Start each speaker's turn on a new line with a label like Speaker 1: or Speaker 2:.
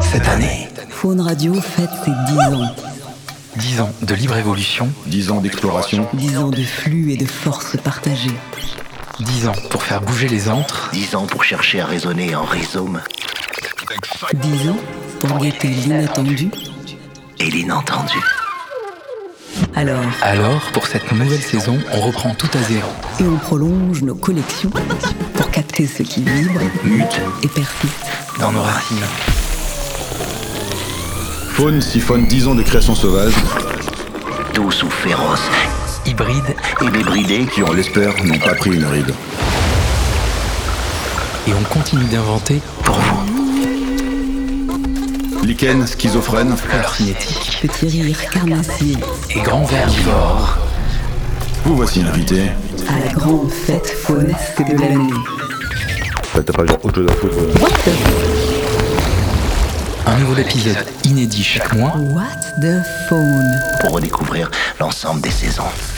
Speaker 1: cette année.
Speaker 2: Faune Radio fête ses 10 ans.
Speaker 1: 10 ans de libre évolution,
Speaker 3: 10 ans d'exploration,
Speaker 2: 10 ans de flux et de forces partagées.
Speaker 1: 10 ans pour faire bouger les antres,
Speaker 4: 10 ans pour chercher à raisonner en rhizome
Speaker 2: 10 ans pour guetter l'inattendu.
Speaker 4: et l'inentendu.
Speaker 2: Alors,
Speaker 1: alors pour cette nouvelle saison, on reprend tout à zéro.
Speaker 2: et on prolonge nos collections pour capter ce qui vibre, mute et persiste.
Speaker 1: Dans nos racines,
Speaker 3: Faune siphonne 10 ans de création sauvage,
Speaker 4: Douce ou féroce,
Speaker 1: hybrides,
Speaker 4: et débridés
Speaker 3: qui, on l'espère, n'ont pas pris une ride.
Speaker 1: et on continue d'inventer
Speaker 4: pour vous.
Speaker 3: Lichen, schizophrène,
Speaker 1: leur cinétique
Speaker 2: Petit rire carnassier
Speaker 1: et grands verbivores.
Speaker 3: vous voici invité.
Speaker 2: à la grande fête faunesque de l'année.
Speaker 5: Bah, T'as pas genre autre chose à foutre euh,
Speaker 2: What the,
Speaker 1: Un nouvel épisode inédit chaque mois
Speaker 2: what the phone
Speaker 4: Pour redécouvrir l'ensemble des saisons.